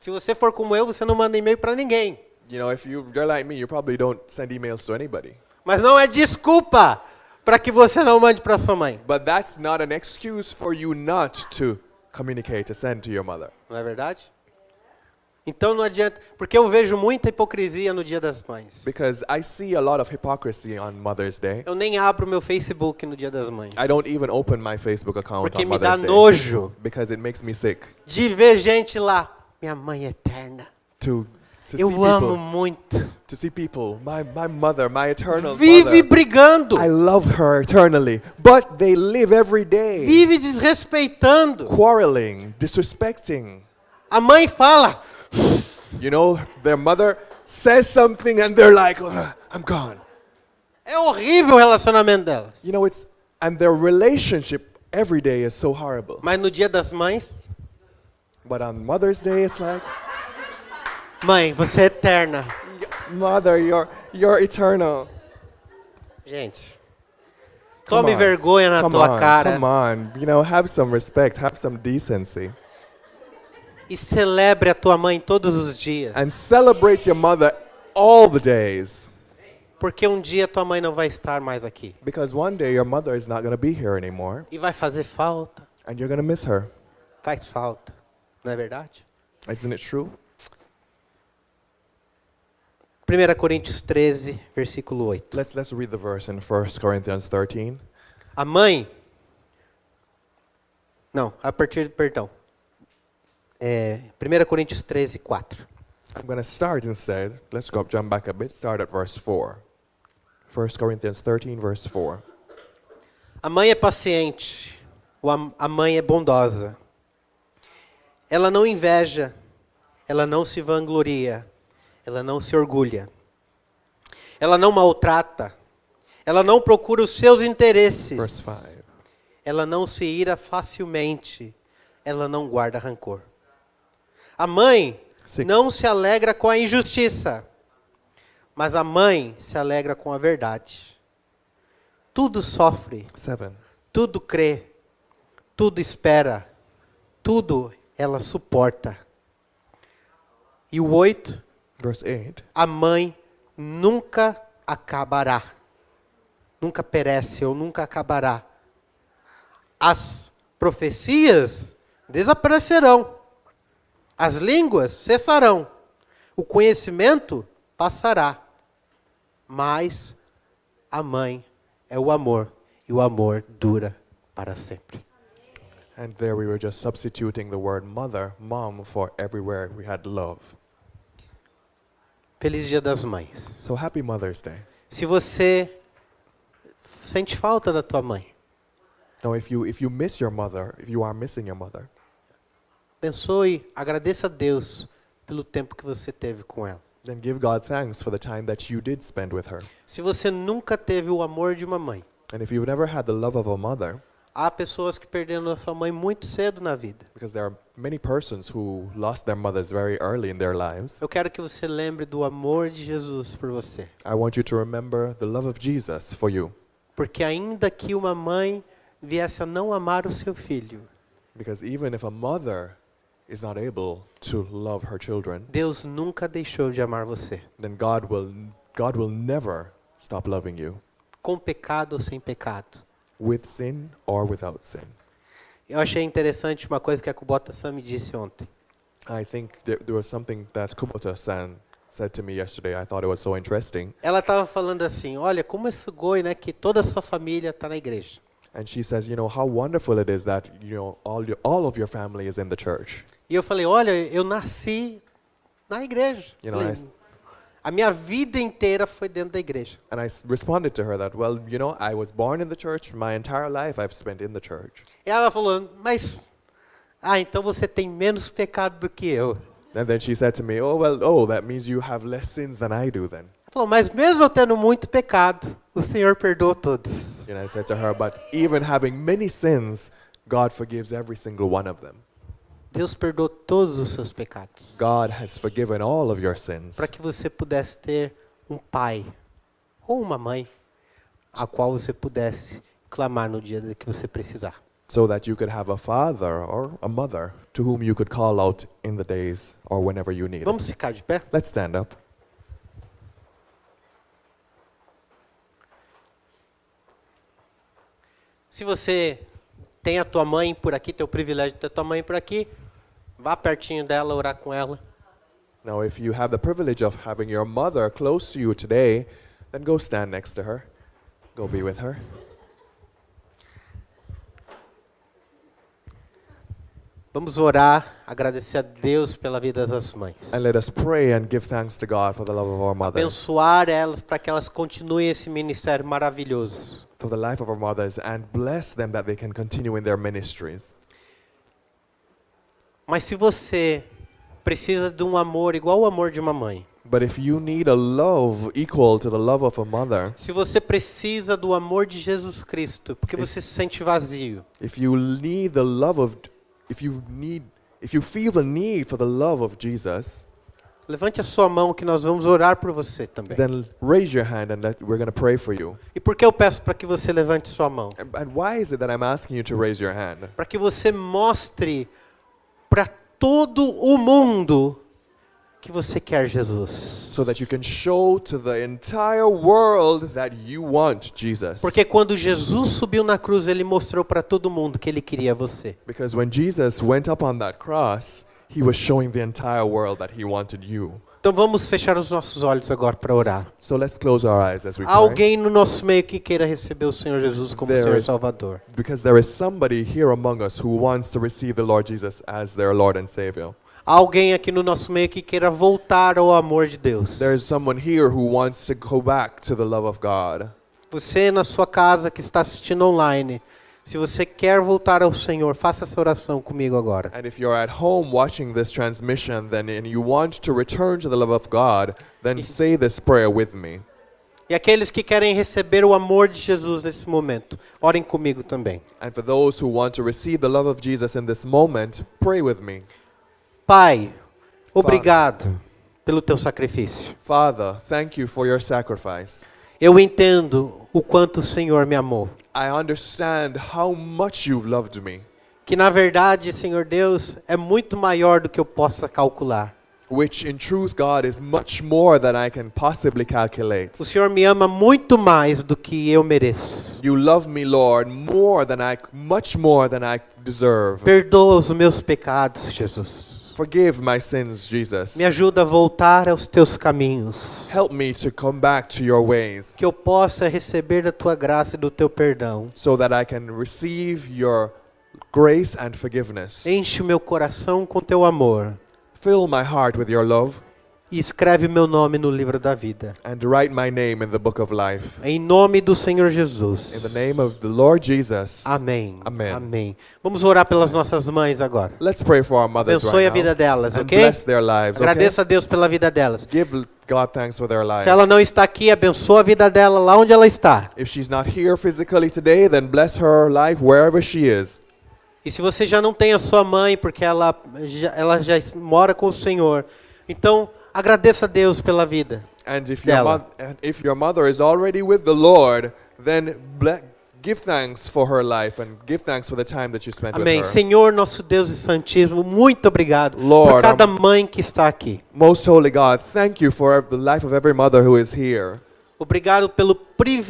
Se você for como eu, você não manda e-mail para ninguém. You know, if you, you're like me, you probably don't send emails to anybody. Mas não é desculpa para que você não mande para sua mãe, But that's not an excuse for you not to communicate to send to your mother. não é verdade? Então não adianta, porque eu vejo muita hipocrisia no Dia das Mães. Because I see a lot of hypocrisy on Mother's Day. Eu nem abro meu Facebook no Dia das Mães, I don't even open my Facebook account porque on me dá Mother's Day nojo because it makes me sick de ver gente lá, minha mãe é eterna. to, to see Eu amo people muito. to see people, my, my mother, my eternal Vive mother. brigando, I love her eternally, but they live every day vive desrespeitando. quarreling, disrespecting. A mãe fala, You know, their mother says something and they're like, "Ugh, I'm gone. é horrível o relacionamento delas. You know, it's, and their relationship every day is so horrible. Mas no dia das mães, But on Mother's Day, it's like, mãe, você é eterna. Mother, you're, you're eternal. Gente, Come tome on. vergonha na Come tua on, cara Come on, you know, have some respect, have some decency. e celebre a tua mãe todos os dias. And celebrate your mother all the days. Porque um dia tua mãe não vai estar mais aqui. Because one day your mother is not going to be here anymore, E vai fazer falta. and you're going to miss her. Faz falta. Não é verdade? Isn't it true? 1 Coríntios 13, versículo 8. Let's, let's read the verse in 1 Corinthians 13. A mãe. Não, a partir. Perdão. É, 1 Coríntios 13, 4. I'm going to start instead. Let's go jump back a bit. Start at verse 4. 1 Corinthians 13, verse 4. A mãe é paciente, o am- a mãe é bondosa. Ela não inveja, ela não se vangloria, ela não se orgulha. Ela não maltrata, ela não procura os seus Verse interesses. 5. Ela não se ira facilmente, ela não guarda rancor. A mãe Six. não se alegra com a injustiça, mas a mãe se alegra com a verdade. Tudo sofre, 7. tudo crê, tudo espera, tudo ela suporta. E o 8, Verse 8. a mãe nunca acabará. Nunca perece ou nunca acabará. As profecias desaparecerão. As línguas cessarão. O conhecimento passará. Mas a mãe é o amor e o amor dura para sempre. And there we were just substituting the word mother, mom, for everywhere we had love. Feliz Dia das Mães. So happy Mother's Day. Se você sente falta da tua mãe, Now, if you, if you miss your mother, if you are missing your mother, Abençoe, agradeça a Deus pelo tempo que você teve com ela. then give God thanks for the time that you did spend with her. Se você nunca teve o amor de uma mãe, And if you've never had the love of a mother, há pessoas que perderam a sua mãe muito cedo na vida. because there are many persons who lost their mothers very early in their lives, Eu quero que você lembre do amor de Jesus por você. I want you to remember the love of Jesus for you. Porque ainda que uma mãe viesse a não amar o seu filho, Because even if a mother is not able to love her children, Deus nunca deixou de amar você. then God will, God will never stop loving you, Com pecado ou sem pecado. with sin or without sin. Eu achei interessante uma coisa que a Kubota Sam me disse ontem. I think there, there was something that Kubota-san said to me yesterday. I thought it was so interesting. Ela estava falando assim: olha, como é sugoi, né? Que toda a sua família está na igreja. And she says, you know, how wonderful it is that, you know, all, your, all of your family is in the church. E eu falei, olha, eu nasci na igreja. You know, Falei, I- a minha vida inteira foi dentro da igreja. And I s- responded to her that, well, you know, I was born in the church. My entire life I've spent in the church. E ela falou, mas, ah, então você tem menos pecado do que eu. Ela And then she said to me, oh, well, oh, that means you have less sins than I do then. falou, mas mesmo eu tendo muito pecado, o Senhor perdoou todos. And I said to her, but even having many sins, God forgives every single one of them. Deus perdoou todos os seus pecados. God has forgiven all of your sins Para que você pudesse ter um pai ou uma mãe a qual você pudesse clamar no dia que você precisar. so that you could have a father or a mother to whom you could call out in the days or whenever you need. it. Vamos ficar de pé? Let's stand up. Se você tem a tua mãe por aqui, tem o privilégio de ter tua mãe por aqui, vá pertinho dela, orar com ela. Now, if you have the privilege of having your mother close to you today, then go stand next to her. Go be with her. Vamos orar, agradecer a Deus pela vida das mães. And let us pray and give thanks to God for the love of our mothers, Abençoar elas para que elas continuem esse ministério maravilhoso. for the life of our mothers, and bless them that they can continue in their ministries. Mas se você precisa de um amor igual o amor de uma mãe, But if you need a love equal to the love of a mother, se você precisa do amor de Jesus Cristo, porque você se sente vazio, if you need the love of, if you need, if you feel the need for the love of Jesus, levante a sua mão que nós vamos orar por você também. then raise your hand and let, we're going to pray for you. E por que eu peço para que você levante sua mão? And, and why is it that I'm asking you to raise your hand? para que você mostre para todo o mundo que você quer Jesus. So that you can show to the entire world that you want Jesus. Porque quando Jesus subiu na cruz, ele mostrou para todo mundo que ele queria você. Because when Jesus went up on that cross, he was showing the entire world that he wanted you. Então vamos fechar os nossos olhos agora para orar. So let's close our eyes as we Há pray. alguém no nosso meio que queira receber o Senhor Jesus como There Senhor is. Salvador. Because there is somebody here among us who wants to receive the Lord Jesus as their Lord and Savior. Há alguém aqui no nosso meio que queira voltar ao amor de Deus. There is someone here who wants to go back to the love of God. Você na sua casa que está assistindo online, se você quer voltar ao Senhor, faça essa oração comigo agora. And if you're at home watching this transmission then and you want to return to the love of God, then say this prayer with me. E aqueles que querem receber o amor de Jesus nesse momento, orem comigo também. And for those who want to receive the love of Jesus in this moment, pray with me. Pai, obrigado pelo teu sacrifício. Father, thank you for your sacrifice. Eu entendo o quanto o Senhor me amou. I understand how much you've loved me. que na verdade, Senhor Deus, é muito maior do que eu possa calcular. which in truth, God, is much more than I can possibly calculate. O Senhor me ama muito mais do que eu mereço. You love me, Lord, more than I, much more than I deserve. Perdoa os meus pecados, Jesus. Forgive my sins, Jesus. Me ajuda a voltar aos teus caminhos. Help me to come back to your ways Que eu possa receber da tua graça e do teu perdão. so that I can receive your grace and forgiveness. Enche o meu coração com teu amor Fill my heart with your love e escreve meu nome no livro da vida. and write my name in the book of life. Em nome do Senhor In Jesus. the name of the Lord Jesus. Amém. Amém. Amém. Vamos orar pelas nossas mães agora. Let's pray for our mothers Abençoe a right vida now delas, and ok? bless their lives. Okay? Agradeça a Deus pela vida delas. Give God thanks for their Se ela lives. não está aqui, abençoa a vida dela lá onde ela está. If she's not here physically today, then bless her life wherever she is. E se você já não tem a sua mãe, porque ela já, ela já es- mora com o Senhor, então agradeça a Deus pela vida. And if your, Dela. mo- and if your mother is already with the Lord, then ble- give thanks for her life and give thanks for the time that you spent Amém. with her. Senhor, nosso Deus e Santíssimo, muito obrigado por Lord, cada mãe que está aqui. Most Holy God, thank you for the life of every mother who is here. Obrigado pelo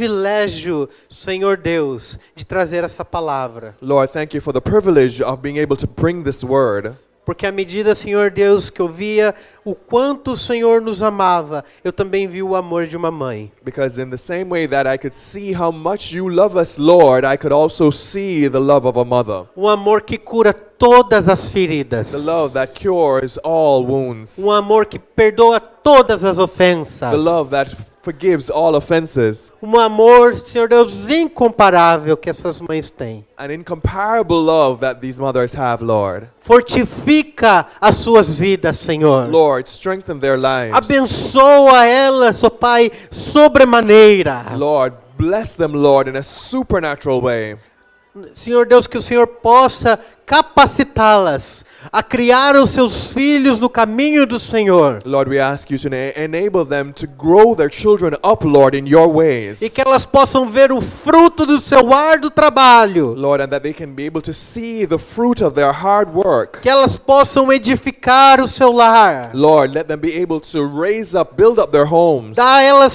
privilégio, Senhor Deus, de trazer essa palavra. Lord, thank you for the privilege of being able to bring this word. Porque à medida, Senhor Deus, que eu via o quanto o Senhor nos amava, eu também vi o amor de uma mãe. Because in the same way that I could see how much you love us, Lord, I could also see the love of a mother. Um amor que cura todas as feridas. The love that cures all wounds. Um amor que perdoa todas as ofensas. The love that forgives all offenses. Um amor, Senhor Deus, incomparável que essas mães têm. An incomparable love that these mothers have, Lord. Fortifica as suas vidas, Senhor. Lord, strengthen their lives. Abençoa elas, ó Pai, sobremaneira. Lord, bless them, Lord, in a supernatural way. Senhor Deus, que o Senhor possa capacitá-las a criar os seus filhos no caminho do Senhor. Lord, we ask you to na- enable them to grow their children up, Lord, in your ways. E que elas possam ver o fruto do seu árduo trabalho. Lord, and that they can be able to see the fruit of their hard work. Que elas possam edificar o seu lar. Lord, let them be able to raise up, build up their homes. Dá a elas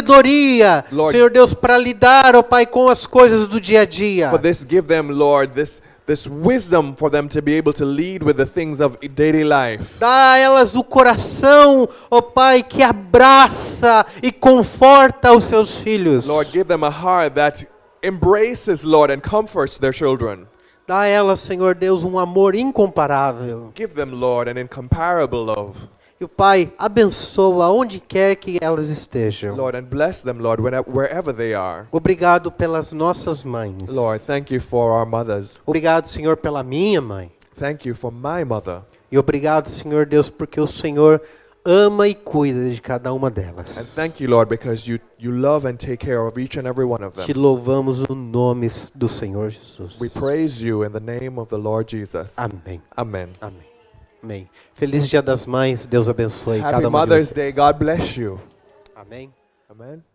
sabedoria, Lord. Senhor Deus, para lidar, ó Pai, com as coisas do dia a dia. For this, give them, Lord, this, this wisdom for them to be able to lead with the things of daily life. Dá a elas o coração, ó Pai, que abraça e conforta os seus filhos. Lord, give them a heart that embraces, Lord, and comforts their children. Dá a elas, Senhor Deus, um amor incomparável. Give them, Lord, an incomparable love. E o Pai abençoa onde quer que elas estejam. Lord, and bless them, Lord, when- wherever they are. Obrigado pelas nossas mães. Lord, thank you for our mothers. Obrigado, Senhor, pela minha mãe. Thank you for my mother. E obrigado, Senhor Deus, porque o Senhor ama e cuida de cada uma And delas. thank you, Lord, because you, you love and take care of each and every one of Te them. louvamos no nome do Senhor Jesus. We praise you in the name of the Lord Jesus. Amém. Amen. Amém. Amém. Feliz Dia das Mães. Deus abençoe Happy cada uma de Mother's vocês. Day. God bless you. Amém. Amen.